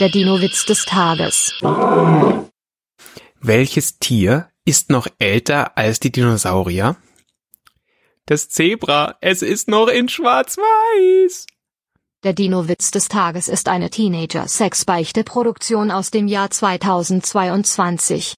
Der Dino-Witz des Tages. Welches Tier ist noch älter als die Dinosaurier? Das Zebra. Es ist noch in Schwarz-Weiß. Der Dino-Witz des Tages ist eine Teenager-Sex-Beichte-Produktion aus dem Jahr 2022.